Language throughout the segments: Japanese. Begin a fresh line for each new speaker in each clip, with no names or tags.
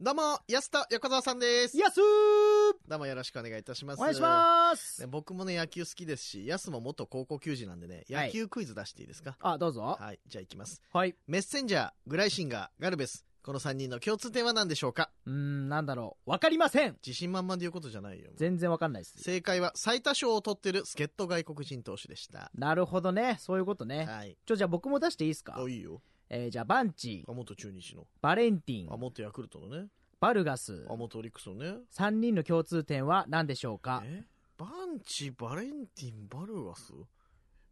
どうも、安田横澤さんです。
やすー
どうもよろしくお願いいたします。
お願いしま
ね、
す
僕もね、野球好きですし、安も元高校球児なんでね、
はい
野球クイズ出していいですか、
あ、どうぞ。
はい、じゃあ行きます。
はい。
メッセンジャー、グライシンガー、ガルベス。この3人の共通点は何でしょうか
うーん、なんだろう。わかりません
自信満々で言うことじゃないよ。
全然わかんないです。
正解は最多勝を取ってる助っ人外国人投手でした。
なるほどね。そういうことね。
はい。
ちょ、じゃあ僕も出していいですか
あ、いいよ。
えー、じゃあ、バンチ
あ、、元中日の。
バレンティ
あ、
ン、
元ヤクルトのね。
バルガス
あ、、元オリックスのね。
3人の共通点は何でしょうか
えバンチ、バレンティン、バルガス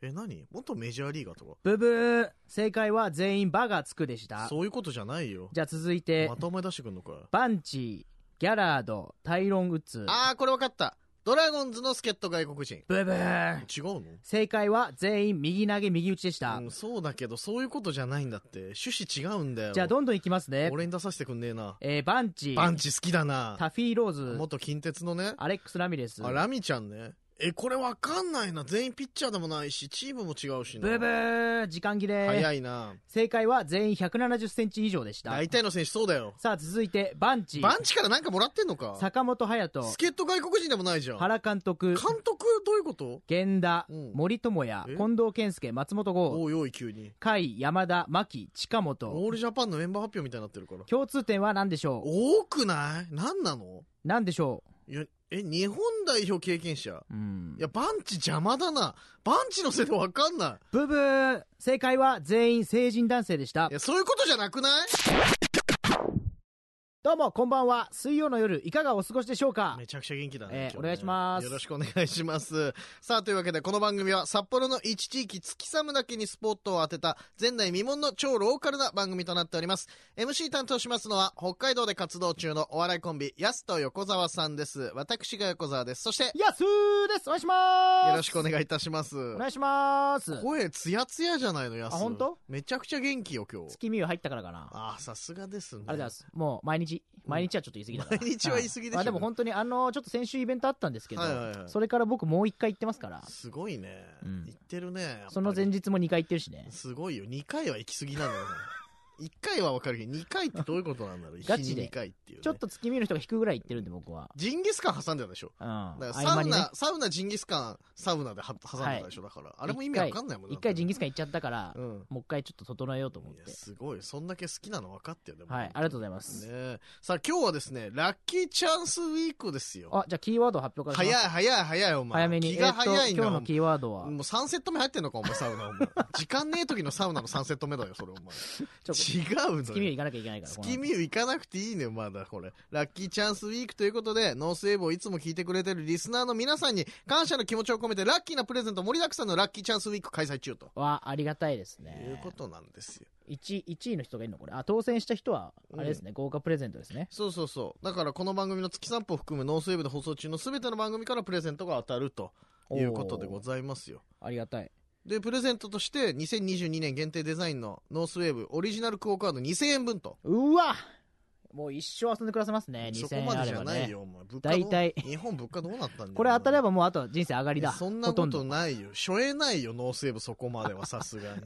え、何元メジャーリーガーとか
ブブー正解は全員バがつくでした。
そういうことじゃないよ。
じゃあ続いて
ま、たお前出してくんのかよ
バンチ、ギャラード、タイロン・ウッズ、
あー、これ分かった。ドラゴンズの助っ人外国人。
ブブー
違う
正解は全員右投げ右打ちでし
の
た
う。ん、そうだけど、そういうことじゃないんだって。趣旨違うんだよ。
じゃあどんどんいきますね。
俺に出させてくんねえな。
えー、バンチ、
バンチ好きだな。
タフィー・ローズ、
元近鉄のね。
アレックス・ラミレス。
あ、ラミちゃんね。え、これ分かんないな。全員ピッチャーでもないし、チームも違うしな。
ブブー時間切れ。
早いな。
正解は全員170センチ以上でした。
大体の選手そうだよ。
さあ続いて、バンチ。
バンチからなんかもらってんのか。
坂本勇人、
助っ人外国人でもないじゃん。監
原監督、
督どういうこと
源田、
うん
森友哉
え、
近藤健介、松本剛、
おいおい急に。
甲斐、山田、牧、近
オ
本。
ールジャパンのメンバー発表みたいになってるから。
共通点は何でしょ
多くない何なの
う何でしょ
いや、え、日本代表経験者
ううん
い。や、バンチ邪魔だな。バンチのせいでわかんな
ブブー正解は全員成人男性でした
い。い。や、そういうことじゃなくない
どうも、こんばんは。水曜の夜、いかがお過ごしでしょうか
めちゃくちゃ元気だね。
ええ
今日ね
お願いします
よろしくお願いします。さあ、というわけで、この番組は札幌の一地域、月寒だけにスポットを当てた、前代未聞の超ローカルな番組となっております。MC 担当しますのは、北海道で活動中のお笑いコンビ、安と横澤さんです。私が横澤です。そして、よ
やすーですお願いします
ろしくお願いいたします。
お願いします
声ツヤツヤじゃないの、安。
あ本当
めちゃくちゃ元気よ、今日。
月見湯入ったからかな
ああ、さすがですね。
ありがとうございます。もう毎日、毎日はちょっと言い過ぎだから。
毎日は言い過ぎでしょ
まあでも本当に、あの、ちょっと先週イベントあったんですけど
はいはいは、い
それから僕もう一回行ってますから、
すごいね。
うん
言ってるね。やっぱり
その前日も二回行ってるしね。
すごいよ。2回は行き過ぎなんだよね。1回はわかるけど、2回ってどういうことなんだろう
ガチで
2回っていう、ね。
ちょっと月見の人が引くぐらい行ってるんで僕は。
ジンギスカン挟んでたでしょ。
うん。
だ
合
からサ
間
ウ
に
ナ、
ね。
サウナジンギスカン、サウナでは挟んでたでしょ。だから、あれも意味わかんないもん
一回ジン
ギ
ギスカン行っちゃったから、
スうん。
もう一回ちょっと整えようと思っ
い
て
や、。すごい。そんだけ好きなの分かってるね。もう
はい、ありがとうございます。
ねえさあ、今日はですね、ラッキーチャンスウィークですよ。
あ、じゃあキーワード発表から
早い
します
早い早い、お前。
早めに。
気が早い
えー
んだ
と今
も
日の
ん
キ。ーワードは、
もう3セット目入ってんのか、お前、サウナ、お前。時間ねえ時のサウナの3セット目だよ、それ、お前。
ちょ
違うの
月見湯
よ。
行かなきゃいけないから。
月見
こ
湯行かなくていいね、まだこれ。ラッキーチャンスウィークということで、ノースウェーブをいつも聞いてくれてるリスナーの皆さんに感謝の気持ちを込めてラッキーなプレゼント盛りだくさんのラッキーチャンスウィーク開催中と。
の後はありがたいですね。
いうことなんですよ。
1, 1位の人がいるのこれあ当選した人はあれですね、豪華プレゼントですね
そうそうそう。だからこの番組の月散歩を含むノースウェーブで放送中の全ての番組からプレゼントが当たるということでございますよ。
おーありがたい
で、プレゼントとして2022年限定デザインのノースウェーブオリジナルクオカード2000円分と。
うわもう一生遊んで暮らせますね
そ
2000
こ
円
ま
あ
で
れ
じゃ
ば
ない
ね
よ、お前。物価どう
大体
日本物価どうなったんだよ。
これ当たれ
ば
ばもうあとは人生上がりだ
いやそんな
ほと
こ
んど
とないよ。しょえないよ、ノースウェーブそこまで は、さすがに。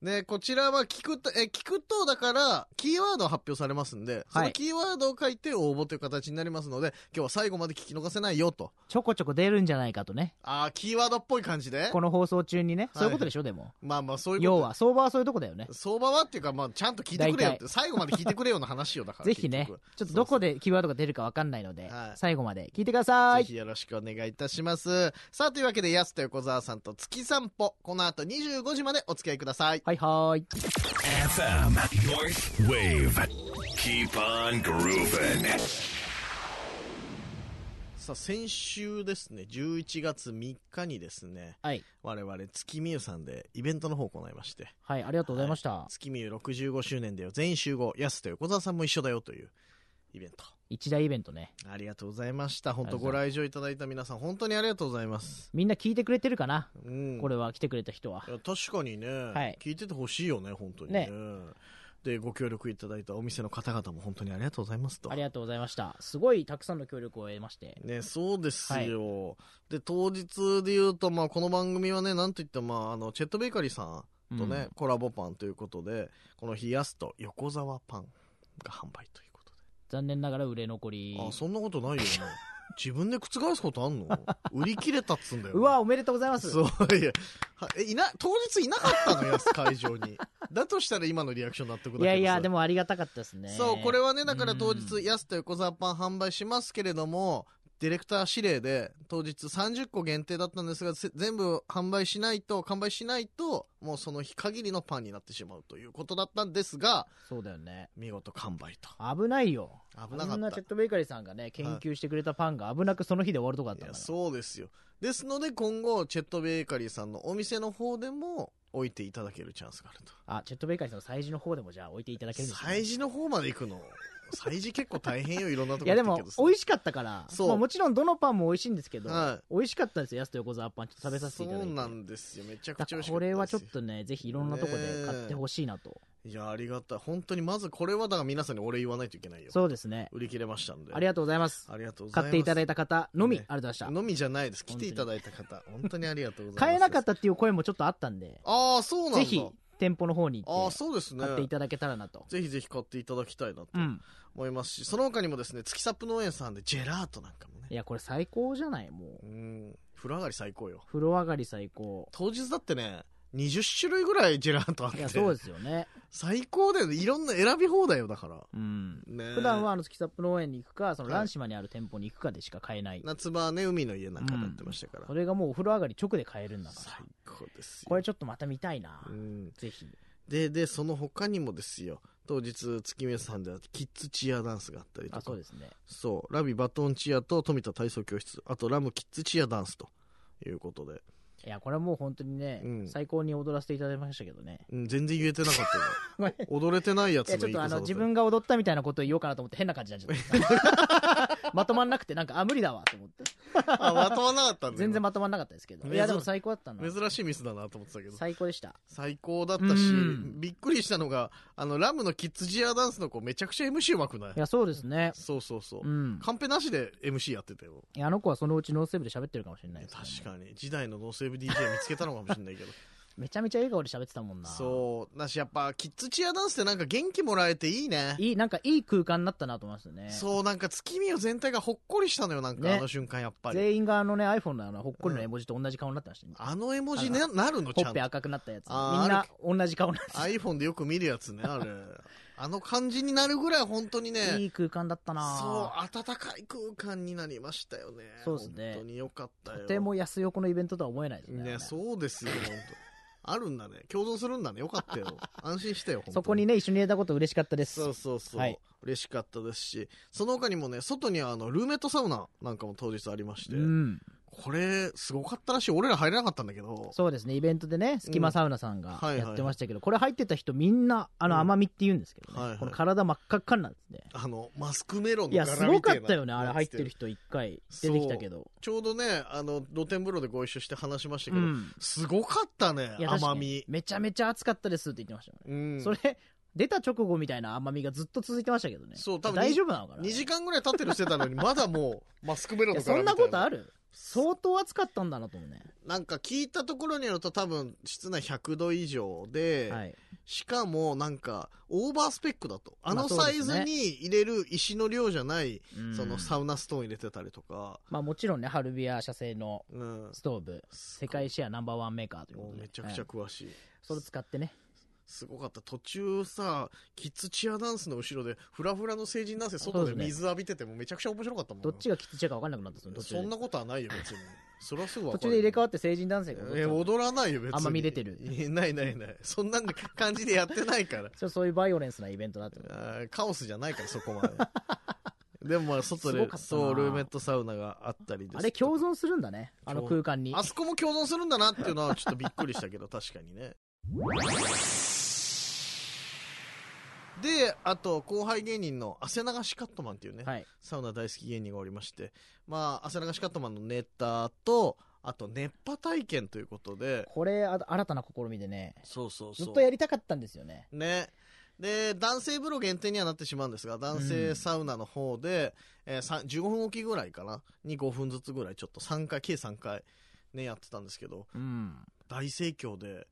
ね、こちらは聞くと、え、聞くと、だから、キーワードを発表されますんで、そ
は
の
い
キーワードを書いて応募という形になりますので、今日は最後まで聞き逃せないよと。
ちょこちょこ出るんじゃないかとね
あー、キーワードっぽい感じで
この放送中にね、そういうことでしょでも
まあまあ、そういうこと。
要は相場はそういうとこだよね
相場はっていうか、まあ、ちゃんと聞いてくれよっ
大
て、最後まで聞いてくれよの話よ、だから。
ぜひね
結局
ちょっとどこでキーワードが出るかわかんないので、
はい
最後まで聞いてくださ
ぜ
い
ひよろしくお願いいたします。さあ、というわけで、安と横澤さんと月散歩、この後25時までお付き合いください。
はいはーい
FM North Wave. Keep on grooving.
さあ、先週ですね、11月3日にですね、
はい、
我々月見湯さんでイベントの方を行いまして、
はい、ありがとうございました、
月見湯65周年だよ、全員集合、安と横澤さんも一緒だよというイベント。
一大イベントね
ありがとうございました。本当
ありがと
ご
うご
来場いただいた皆さん、本当にありがとうございます。
みんな聞いてくれてるかな、
うん。
これは来てくれた人はい
や確かにね、
い
聞いててほしいよね、本当にね
ね
で、ご協力いただいたお店の方々も本当にありがとうございますと
あ。りがとうございましたすごいたくさんの協力を得まして
ね、そうですよ。で、当日で言うと、まあ、この番組はね、なんといっても、まあ、あの、チェットベーカリーさんとね、コラボパンということで、この冷やすと横沢パンが販売ということで。
残念ながら売れ残り。
あ、そんなことないよね。自分で覆すことあん の売り切れたっつうんだよ。
うわ、おめでとうございます。
そう、いや、はえいな、当日いなかったのよ、会場に。 だとしたら今のリアクション納得だけ
い
どさ
やいや、でもありがたかったですね。
そう、これはね、だから当
う
日、安と横澤パン販売しますけれども、ディレクター指令で、当日30個限定だったんですが、せ全部販売しないと、完売しないと、もうその日限りのパンになってしまうということだったんですが、
そうだよね。
見事完売と。
危ないよ。
危なか
あん
っ
な
た
チェッ。トベーカリーさんがね、研究してくれたパンが危なくその日で終わるとこだっ
い
たん
や、
だから。
そうですよ。ですので、今後、チェットベーカリーさんのお店の方でも、置いていただけるチャンスがあると。
あ、チェットベーカリーさんの催事の方でもじゃあ置いていただけるんですね
催事の方まで行くの催事結構大変よ、 いろんなとこ
いやで
行って
も
るけど、さ
美味しかったから、
そう
まあもちろんどのパンも美味しいんですけど、
は
美味しかったんですよ、安と横澤パン、ちょっと食べさせていただいて。
そうなんですよ。めちゃく
だ
ち
か
ゃ美
ら
味しかったで
こ
す
れ
よ
はちょっとね、ぜひいろんなとこで買ってほしいなと。
いや、ありがたい。本当にまずこれはだから皆さんにお礼言わないといけないよ。
そうですね。
売り切れましたんで。
ありがとうございます。
ありがとうござい
買
ます。
っていただいた方のみ、
ね
ありがとうございまし
のみじゃないです。来ていただいた方、本当にありがとうございま
た。
す。
買えなかったっていう声もちょっとあったんで、
ああ、そうなんだ。
ぜひ店舗の方に
あ
行
あ、
って
そうですね
買。っていただけたらなと。
ぜひぜひ買っていただきたいなと
うん。
思いますし、その他にもですね、月サップ農園さんでジェラートなんかもね。
いや、これ最高じゃないも
う。
う
ん、風呂上がり最高よ。
風呂上がり最 高。
当日だってね、20種類ぐらいジェラートあっ
い
て。
や、そうですよね。
最高だよね。いろんな選び放題よ、だから。
うん。
ね
普段はあの月サップ農園に行くか、その
はい
ランシマにある店舗に行くかでしか買えない。
夏場はね、海の家なんかでやってましたから。
それがもうお風呂上がり直で買えるんだから
最。高ですよ。
これちょっとまた見たいな。
うん、
ぜひ。
で、で、その他にもですよ。当日、月見さんでは、キッズチアダンスがあったりと
あ、
か。
そうですね。
そうラビバトンチアと富田体操教室。あと、ラムキッズチアダンスということで。
いや、これはもう本当にね、
うん
最高に踊らせていただきましたけどね。
うん、全然言えて なかったよ踊れてないや
い
つ
や、
の
ち
言
ょっ
い
と
方
あ
だ
の、
った
自分が踊ったみたいなことを言おうかなと思って変な感じになっち ゃった。まとまんなくて、なんか、あ、無理だわ、と思って。
あ、まとまんなかったんだ。
全然
ま
まとまんなかったですけど。
珍
いや、でも最高だったな。
珍しいミスだなと思ってたけど。
最高でした。
最高だったし
うん、
びっくりしたのが、あの、ラムのキッズチアダンスの子めちゃくちゃ MC 上手くない
いや、そうですね。
そうそうそう
う。ん。
カンペなしで MC やってたよ。
いやあの子はそのうちノーセーブで喋ってるかもしれないですね、
確かに。時代のノーセーブ DJ 見つけたのかもしれない けど。
めちゃめちゃ笑顔で喋ってたもんな。
そう。だし、やっぱ、キッズチアダンスってなんか元気もらえていいね。
いい、なんかいい空間になったなと思いますね。
そう、なんか月見を全体がほっこりしたのよ、なんか
ね
あの瞬間やっぱり。
全員があのね、iPhone のあの、ほっこりの絵文字と同じ顔になってましたね。
あの絵文字ね、なるの、
ほ
ちゃ
っ
ん
ぺ
と。
赤くなったやつ。みん
あーあ
な
る
同じ顔になってた
iPhone でよく見るやつね、あ れ。あの感じになるぐらい本当にね、
いい空間だったな
そう、暖かい空間になりましたよね。
そうですね
本当によかったよ。
とても安横のイベントとは思えないですね。
ね、
う
そうですよ、本当。あるんだね。共存するんだね。よかった よ。安心したよ、本当
そこにね、一緒に入れたこと嬉しかったです。
そうそうそう、
はい
嬉しかったですし、その他にもね、外にはあの、ルーメットサウナなんかも当日ありまして、
うん。
これ、すごかったらしい。俺ら入れなかったんだけど、
そうですね、イベントでね、スキマサウナさん
うん
が
はいはい
やってましたけど、これ入ってた人みんな、あ
う
の、
ん
甘みって言うんですけどね、
はいはい
この体真っ赤っかになってね。
あの、マスクメロン
い
の
や、
柄みた
す
いな。
ごかったよね、あれ入ってる人一回出てきたけど。
ちょうどね、あの、露天風呂でご一緒して話しました
う
けど、
ん。
すごかったね
い、や、確か
甘
に
み。
めちゃめちゃ暑かったですって言ってましたよね。
うん。
それ、出た直後みたいな甘みがずっと続いてましたけどね。
そう多分
大丈夫なのかな
2時間ぐらい経ってるしてたの に、まだもう、マスクメロン
いや
の
そ
柄
ん
みた
ない
な。
ことある相当暑かったんだなと思うね。
なんか聞いたところによると多分室内100度以上で、
はい。
しかもなんかオーバースペックだと。あ
ま
の
あそう
サ
で
イ
すね
ズに入れる石の量じゃない、
うん
そのサウナストーン入れてたりとか。
まあもちろんね、ハルビア社製の
うん。
ストーブ、世界シェアナンバーワンメーカーというこ
も
と
う
で。
めちゃくちゃ
は
詳
い
しい。
それ使ってね。
すごかった。途中さ、キッズチアダンスの後ろで、フラフラの成人男性外で水浴びててもめちゃくちゃ面白かったもん。
どっちがキッズチェアか分かんなくなったその途中
そ
で
んなことはないよ、別に。そりゃすぐわか
途
る
中で入れ替わって成人男性が踊っち
え、
ゃう
踊らないよ、別に。
あんま見れてる
いや ないないない。そんな感じでやってないから。
それそういうバイオレンスなイベントだってこと
あーカオスじゃないから、そこまで。 でもまあ、外
すご
で
か、ったな
そう、ルーメットサウナがあったりですとか
あれ共存するんだねあの空間に
あそこも共存するんだなっていうのは、ちょっとびっくりしたけど、確かにね。で、あと、後輩芸人の汗流しカットマンっていうね、
はい
サウナ大好き芸人がおりまして、まあ、汗流しカットマンのネタと、あと、熱波体験ということで、
これあ新たな試みでね
そうそう
ず
そう。
っとやりたかったんですよね
ね。で、男性風呂限定にはなってしまうんですが、男性サウナの方で、えーさん15分おきぐらいかな、に5分ずつぐらい、ちょっと3回、計3回、ね、やってたんですけど、
うん
大盛況で、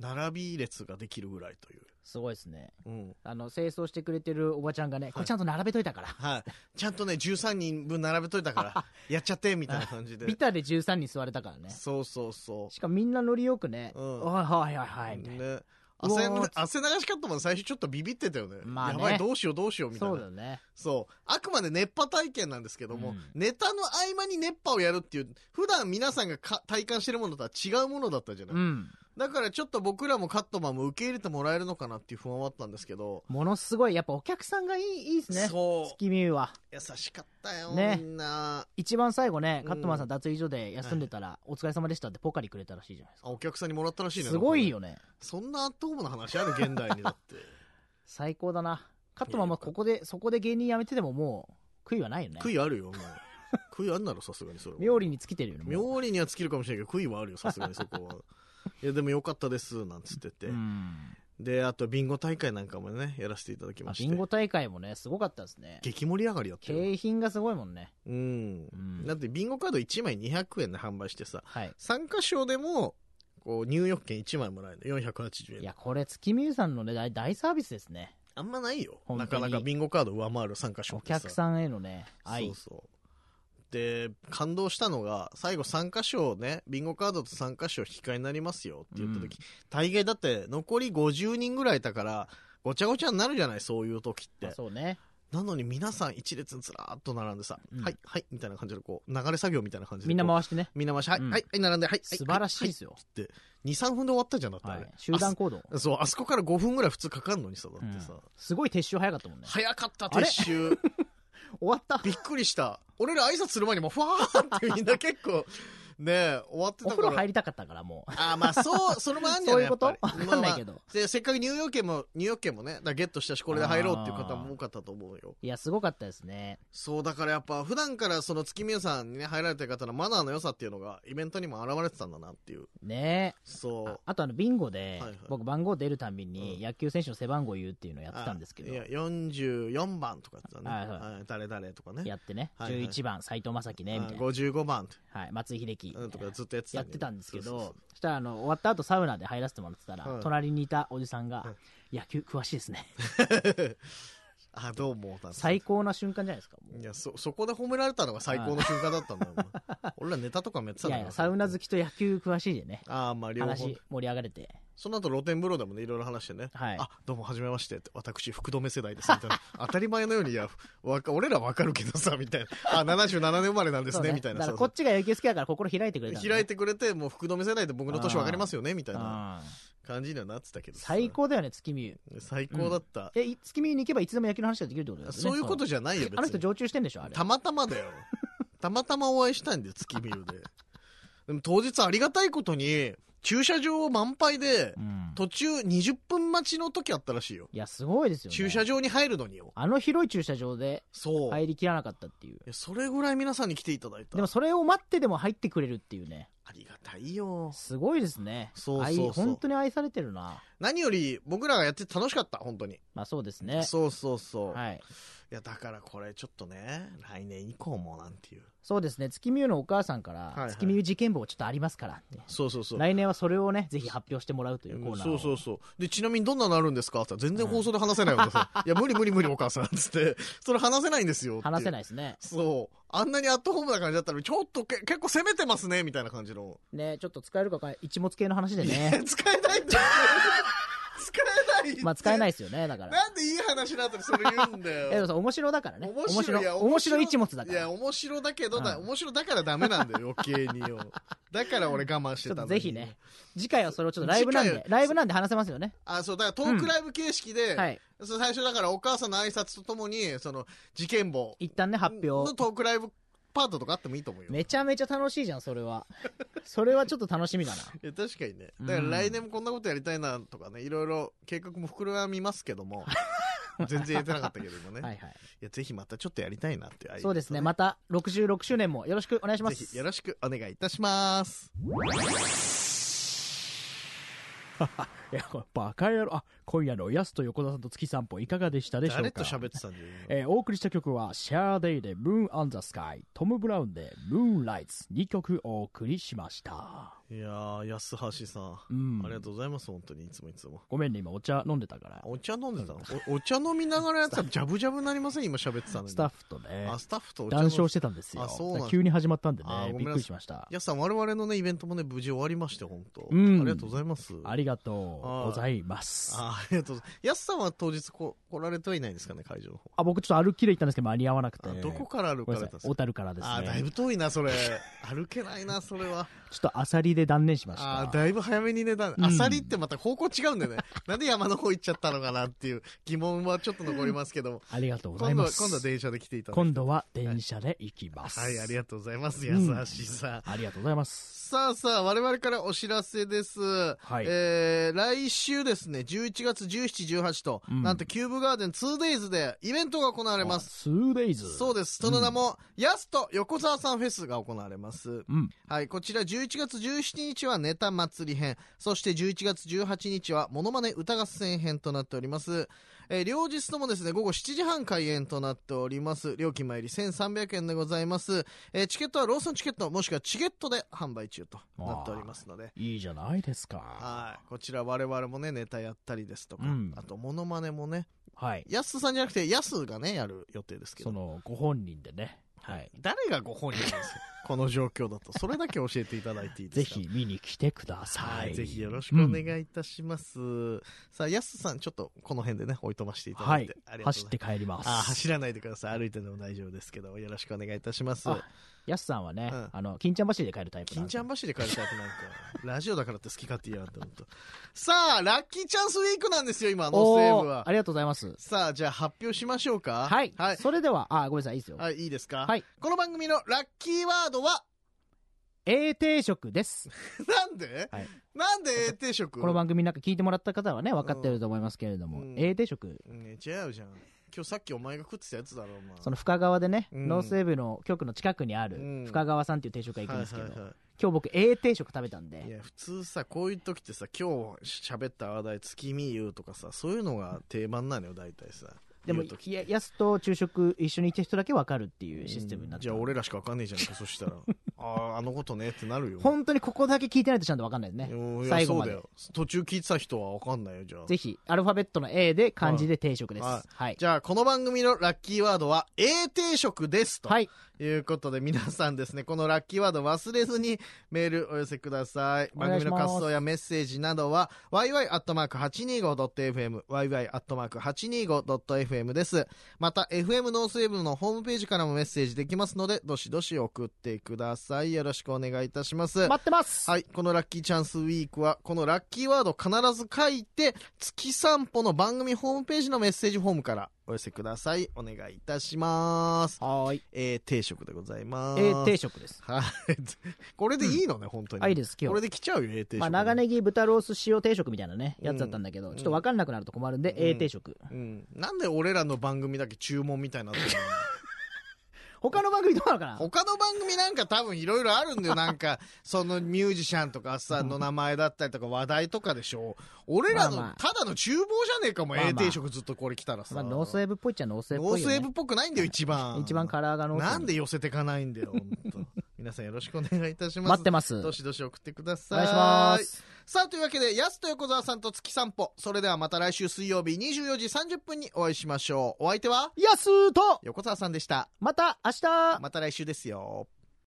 並び列ができるぐらいという。
すごいですね。
うん。
あの、清掃してくれてるおばちゃんがね、これちゃんと並べといたから。
はい。ちゃんとね、13人分並べといた から、やっちゃって、みたいな感じで
ビ。タで13人座れたからね。
そうそうそ
しかもみんなノリよくね、
うん。
はいはいはいうはい、みたいな。
ね。汗
うわー、
汗流しカットも最初ちょっとビビってたよね。
まあね
やばい、どうしようどうしようみたい
そう
な。
だよね。
そう。あくまで熱波体験なんですけども、
うん
ネタの合間に熱波をやるっていう、普段皆さんがか体感してるものとは違うものだったじゃない、
うん。
だからちょっと僕らもカットマンも受け入れてもらえるのかなっていう不安はあったんですけど、
ものすごい、やっぱお客さんがいい、いいですね。
そう
月見は。
優しかったよ、
ね
みんな。
一番最後ね、
うん
カットマンさん脱衣所で休んでたら、お疲れ様でしたってポカリくれたらしいじゃないです
あお客さんにもらったらしいね。
か。すごいよね。
そんなアットホームな話ある現代にだ って。
最高だな。カットマンもここで、そこで芸人辞めててももう、悔いはないよね。
悔いあるよ、もう。悔いあんなろ、さすがにそれは。
妙利に尽きてるよね。もう
妙利には尽きるかもしれないけど、悔いはあるよ、さすがにそこは。いや、でもよかったです、なんつってて。
うん。
で、あと、ビンゴ大会なんかもね、やらせていただき
まあ
まし
ビンゴ
て。
大会もね、すごかったですね。
激盛り上がりだったよ。
景品がすごいもんね。
うん
う。ん
だって、ビンゴカード1枚200円で販売してさ、
はい。
参加賞でも、こう、入浴券1枚もらえるの、
い
480円。
や、これ、月見湯さんのね、大大サービスですね。
あんまないよ。
本当
な
に
かなかビンゴカード上回る参加賞
お
ってさ
客さんへのね、愛。
そうそう。で、感動したのが、最後参加賞をね、ビンゴカードと参加賞引き換えになりますよって言った時、大概だって残り50人ぐらいだから、ごちゃごちゃになるじゃない、そういう時って
まあ。そうね。
なのに皆さん一列にずらーっと並んでさ、
うん
はい、はい、みたいな感じでこう、流れ作業みたいな感じでこう。
みんな回してね。
みんな回し、はい、
うん
はい、はい並んで、はい、
素晴らしいですよ。
はい。はいって、2、3分で終わったじゃんだってあ
は
れ
い。。集団行動。
あそう、あそこから5分ぐらい普通かかんのにさ、だってさ。
うんすごい撤収早かったもんね。
早かった、
あ
撤
れ
収。
終わった。
びっくりした。俺ら挨拶する前にもう、ふわーってみんな結 構、ねえ、終わって
お
た
風
から。
呂入りたかったから、も
ああ、まあ、そう、それもあんじゃない
そういうこと
やっぱり
わかんないけど
まあまあで、せっかく入浴券も、入浴券もね、だからゲットしたし、これで入ろうっていう方も多かったと思うよ。
う。いや、すごかったですね。
そう、だからやっぱ、普段からその月見さんにね、入られてる方のマナーの良さっていうのが、イベントにも現れてたんだなっていう。
ねえ。
そ
ああとあの、ビンゴで、
はいはい
僕番号出るたんび
う
に
ん
野球選手の背番号言うっていうのをや
う。
ってたんですけど、
いや、44番とかってたね。
はいは
はい誰々とかね。
やってね、
はいはい
11番斉藤正樹ね、みたいな。
55番
はい、松井秀喜。
うんとかずっとやってた
や
んだよ
っ
ね
てたんです
そ
け
うそうそ
ど、そしたらあの、終わった後サウナで入らせてもらってたら、
はい
隣にいたおじさんが、
は
野球詳しいですね。
あ、どうも、だって
最高な瞬間じゃないですか。もう
いや、そ、そこで褒められたのが最高の瞬間だったん だよ。俺らネタとかもやってた
い
んだ
やいや、サウナ好きと野球詳しいでね、
ああ、まあ両方
話。盛り上がれて。
その後露天風呂でもね、いろいろ話してね。
はい
あ、どうも、はじめましてって。私、福留世代です。みたい な。当たり前のように、いや、わか、俺らわかるけどさ、みたいな。あ、77年生まれなんです
そう
ね、みたいな
だか
さ。
らこっちが野球好きだから心開いてくれたのね、
開いてくれて、もう福留世代で僕の年わかりますよね、みたいな
うん
感じにはなってたけどさ
最。高だよね、月見湯。
最高だった。
え、い月見湯に行けばいつでも野球の話ができるってことだよね。
そういうことじゃないよ、
あの人
別に。
常駐してんでしょ、あれ。
たまたま だよ。たまたまお会いしたんで、月見湯で。でも当日ありがたいことに、駐車場を満杯で
う、ん。
途中20分待ちの時あったらしいよ。
いや、すごいですよね。
駐車場に入るのによ。
あの広い駐車場で
そう。い
入りきらなかったっていう。
やそれぐらい皆さんに来ていただいた。
でもそれを待ってでも入ってくれるっていうね。
ありがたいよ。
すごいですね。
そうそうそう
愛本当に愛されてるな。
何より僕らがやってて楽しかった、本当に。
まあそうですね。
そうそうそう。い、
はい。
や、だからこれちょっとね、来年以降もなんていう。
そうですね。月見湯のお母さんか
いは
ら、
い
月見湯事件簿をちょっとありますからって。
そうそうそう。
来年はそれをね、ぜひ発表してもらうといううんコーナー
そ
を。
うそうそう。で、ちなみにどんなのあるんですかって言ったら全然放送で話せないわけさ。い や、無理無理無理お母さん。つって、それ話せないんですよ。
話せ
い
な。いですね。
そう。あんなにアットホームな感じだったのに、ちょっとけ結構攻めてますね、みたいな感じの。
ね、ちょっと使えるかわかんない一物系の話で
い
ね
や。 使えないん だよ 使えないって
まあ使えないですよね、だから。
なんでいい話の後にそれ言うんだ
えでも
よ
さ面白だからね。面白
い
い。
や
面白い一物だか
いや
ら。
面白だけどだ、
うん
面白だからダメなんだ よ余計によだから俺我慢して
ちょ
た
っ
の
と
に
ぜひね、次回はそれをちょっとライブなん
次
で
回、
ライブなんで話せますよね。
あそうだからトークライブ形式で、
はい。
そう最初だからお母さんの挨拶とともにその事件簿
一旦ね、発
の
表。
トークライブパートとかあってもいいと思うよ
めちゃめちゃ楽しいじゃん、それ は。それはちょっと楽しみだな。
いや確かにねだから来年もこんなことやりたいなとかねいろいろ計画も膨らみますけど も全然言えてなかったけどもね、、
はいいはい。
やぜひまたちょっとやりたいなって
そうですね、また66周年もよろしくお願いしま
ぜひ
す
よ。ろしくお願いいたします
いや、これバカ野郎。あ、今夜のやすと横田さんと月散歩いかがでしたで
誰と喋ってたんだよ今
えーお送りした曲は、シャーデイで Moon on the Sky、トム・ブラウンで Moonlights、2曲お送りしました。
いいやー、安橋さん。
うん
ありがとうございます、本当に。いつもいつも。
ごめんね、今お茶飲んでたから。
お茶飲んでたのおお茶飲みながらやってたら、ジャブジャブになりません今喋ってたのに。
スタッフとね
あ、、スタッフとお茶飲
談
ん
笑してたんですよ。
あそうなんだ
急に始まったんで
あごめんなさい
ね、びっくりしました。
安さん、我々のね、イベントもね、無事終わりまして、本当。
うん
ありがとうございます。
ありがとうございます。
あありがとうございます。安さんは当日こ来られてはいないんですかね、会場の方。
あ、僕ちょっと歩きで行ったんですけど間に合わなくて
あ。どこから歩
ご
かれ
めん
たで
なんさい
すか
小樽からです
あーだい
ね。
ぶ遠いな、それ。歩けないな、それは。
ちょっとアサリで断念しまし
あ
た
あ、。だいぶ早めに値段。
ん
アサリってまた方向違うんだよね。なんで山の方行っちゃったのかなっていう疑問はちょっと残りますけども。
ありがとうござい
今度
ま
は、
す。
今度は電車で来ていただいて。
今度は電車で行きます。
はい、ありが
がと
とうございます。優
うん
しさ。
う。ありがとうございます。
さあさあ、我々からお知らせです。
はい
えー、来週ですね、11月17、18と、
うん
なんとキューブガーデン 2days でイベントが行われます。
スーデイズ。
そうです。その名も、ヤスと横澤さんフェスが行われます。
うん。
はい、こちら11月17日はネタ祭り編、そして11月18日はモノマネ歌合戦編となっております。えー両日ともですね、午後7時半開演となっております。料金前入り1300円でございます。えーチケットはローソンチケット、もしくはチケットで販売中となっておりますので。
いいじゃないですか。
はい。こちら我々もね、ネタやったりですとか、
うん
あとモノマネもね、
はい。
ヤスさんじゃなくてヤスがね、やる予定ですけ
そ
ど。
の、ご本人でね。はい。
誰がご本人なんですか この状況だと。それだけ教えていただいていいで
ぜ
すか
ひ見に来てくだ
は
さ
い、
い。
ぜひよろしくお願いいたします。さあ、やすさん、ちょっとこの辺でね、おいとましていただ
はいい
て。あり。がとう
走
ご
っ
ざい
て帰りま
ます
す。
あ走らないでください。歩いてでも大丈夫ですけど、よろしくお願いいたします。
あやすさんはね、
うん
あの、金ちゃん走りで帰るタイプなん
金
で
ちゃん橋で帰りたいとなんか、ラジオだからって好き勝手言いやがって、ほんと。さあ、ラッキーチャンスウィークなんですよ、今、ノースウェーブ
おー
は
あ。りがとうございます。
さあ、じゃあ発表しましょうか。
はい。
はい。
それでは、あ、ごめんなさい、いいですよ。
はい、いいですか
はい。
この番組のラッキーワードは、
永定食です。
なんで
はい
なんで永定食
この番組なんか聞いてもらった方はね、分かってると思いますけれども、
うん
永定食、
ね、違うじゃん。今日さっきお前が食ってたやつだろ、お前。
その深川でね、
うん
ノースウェーブの局の近くにあ
うん
る深川さんっていう定食屋行くんですけど、
はいはいは
今日僕永定食食べたん
い、い
で、
や普通さこういう時ってさ今日喋った話題月見言うとかさそういうのが定番なのよ大体さ
でも、
言う時
いややすと昼食一緒に行った人だけ分かるっていうシステムになって
じ
た、
ゃあ俺らしかわかんねえじゃんかそ したらあああのことねってなるよ
本当にここだけ聞いてないとちゃんと分かんないです
うんい
ね。
や
最後ま
そ
で
うだ。よ途中聞いてた人はわかんないよじゃあ
ぜひ、アルファベットの A で漢字で定食です。
は
はいい。はい。
じゃあこの番組のラッキーワードは永定食ですと
はい
いうことで皆さんですねこのラッキーワード忘れずにメールお寄せください
お
番
願い
組
します
の感想やメッセージなどは yy.825.fm yy.825.fm ですまた FM ノースウェーブのホームページからもメッセージできますのでどしどし送ってくださいよろしくお願いいたします
待ってます
はい。このラッキーチャンスウィークは、このラッキーワードを必ず書いて、月散歩の番組ホームページのメッセージフォームからお寄せください。お願いいたします。
はーい。
えー、定食でございます。
A 定食です。
はい。これでいいのね、本当に。
あいいです今日
これで来ちゃうよ、A 定食。
まあ、長。ネギ豚ロース塩定食みたいなね、
ん
やつだったんだけど、ちょっと分かんなくなると困るんで、A 定食。
うん。なんで俺らの番組だけ注文みたいにな ってるの
他の番組どうなのかな
他の番組なんか多分いろいろあるんだよ。なんか、そのミュージシャンとかさ、の名前だったりとか話題とかでしょ。俺らの、
まあまあ
ただの厨房じゃねえかも、
まあまあ
A 定食ずっとこれ来たらさ。
まあ、ノースウェーブっぽいっちゃノースウェーブっ
ノ
ぽ
ー
い
スウ
よ、
ェ
ね。
ーブっぽくないんだよ、一番。
一番カラーがノースウェーブ。
なんで寄せてかないんだよ、ほんと皆さんよろしくお願いいたします。
待ってます。
ど
お
しどし送ってください。
願いします。
さあ、というわけで、やすと横澤さんと月散歩。それではまた来週水曜日24時30分にお会いしましょう。お相手は、
やすーと、
横澤さんでした。
また明日
また来週ですよ。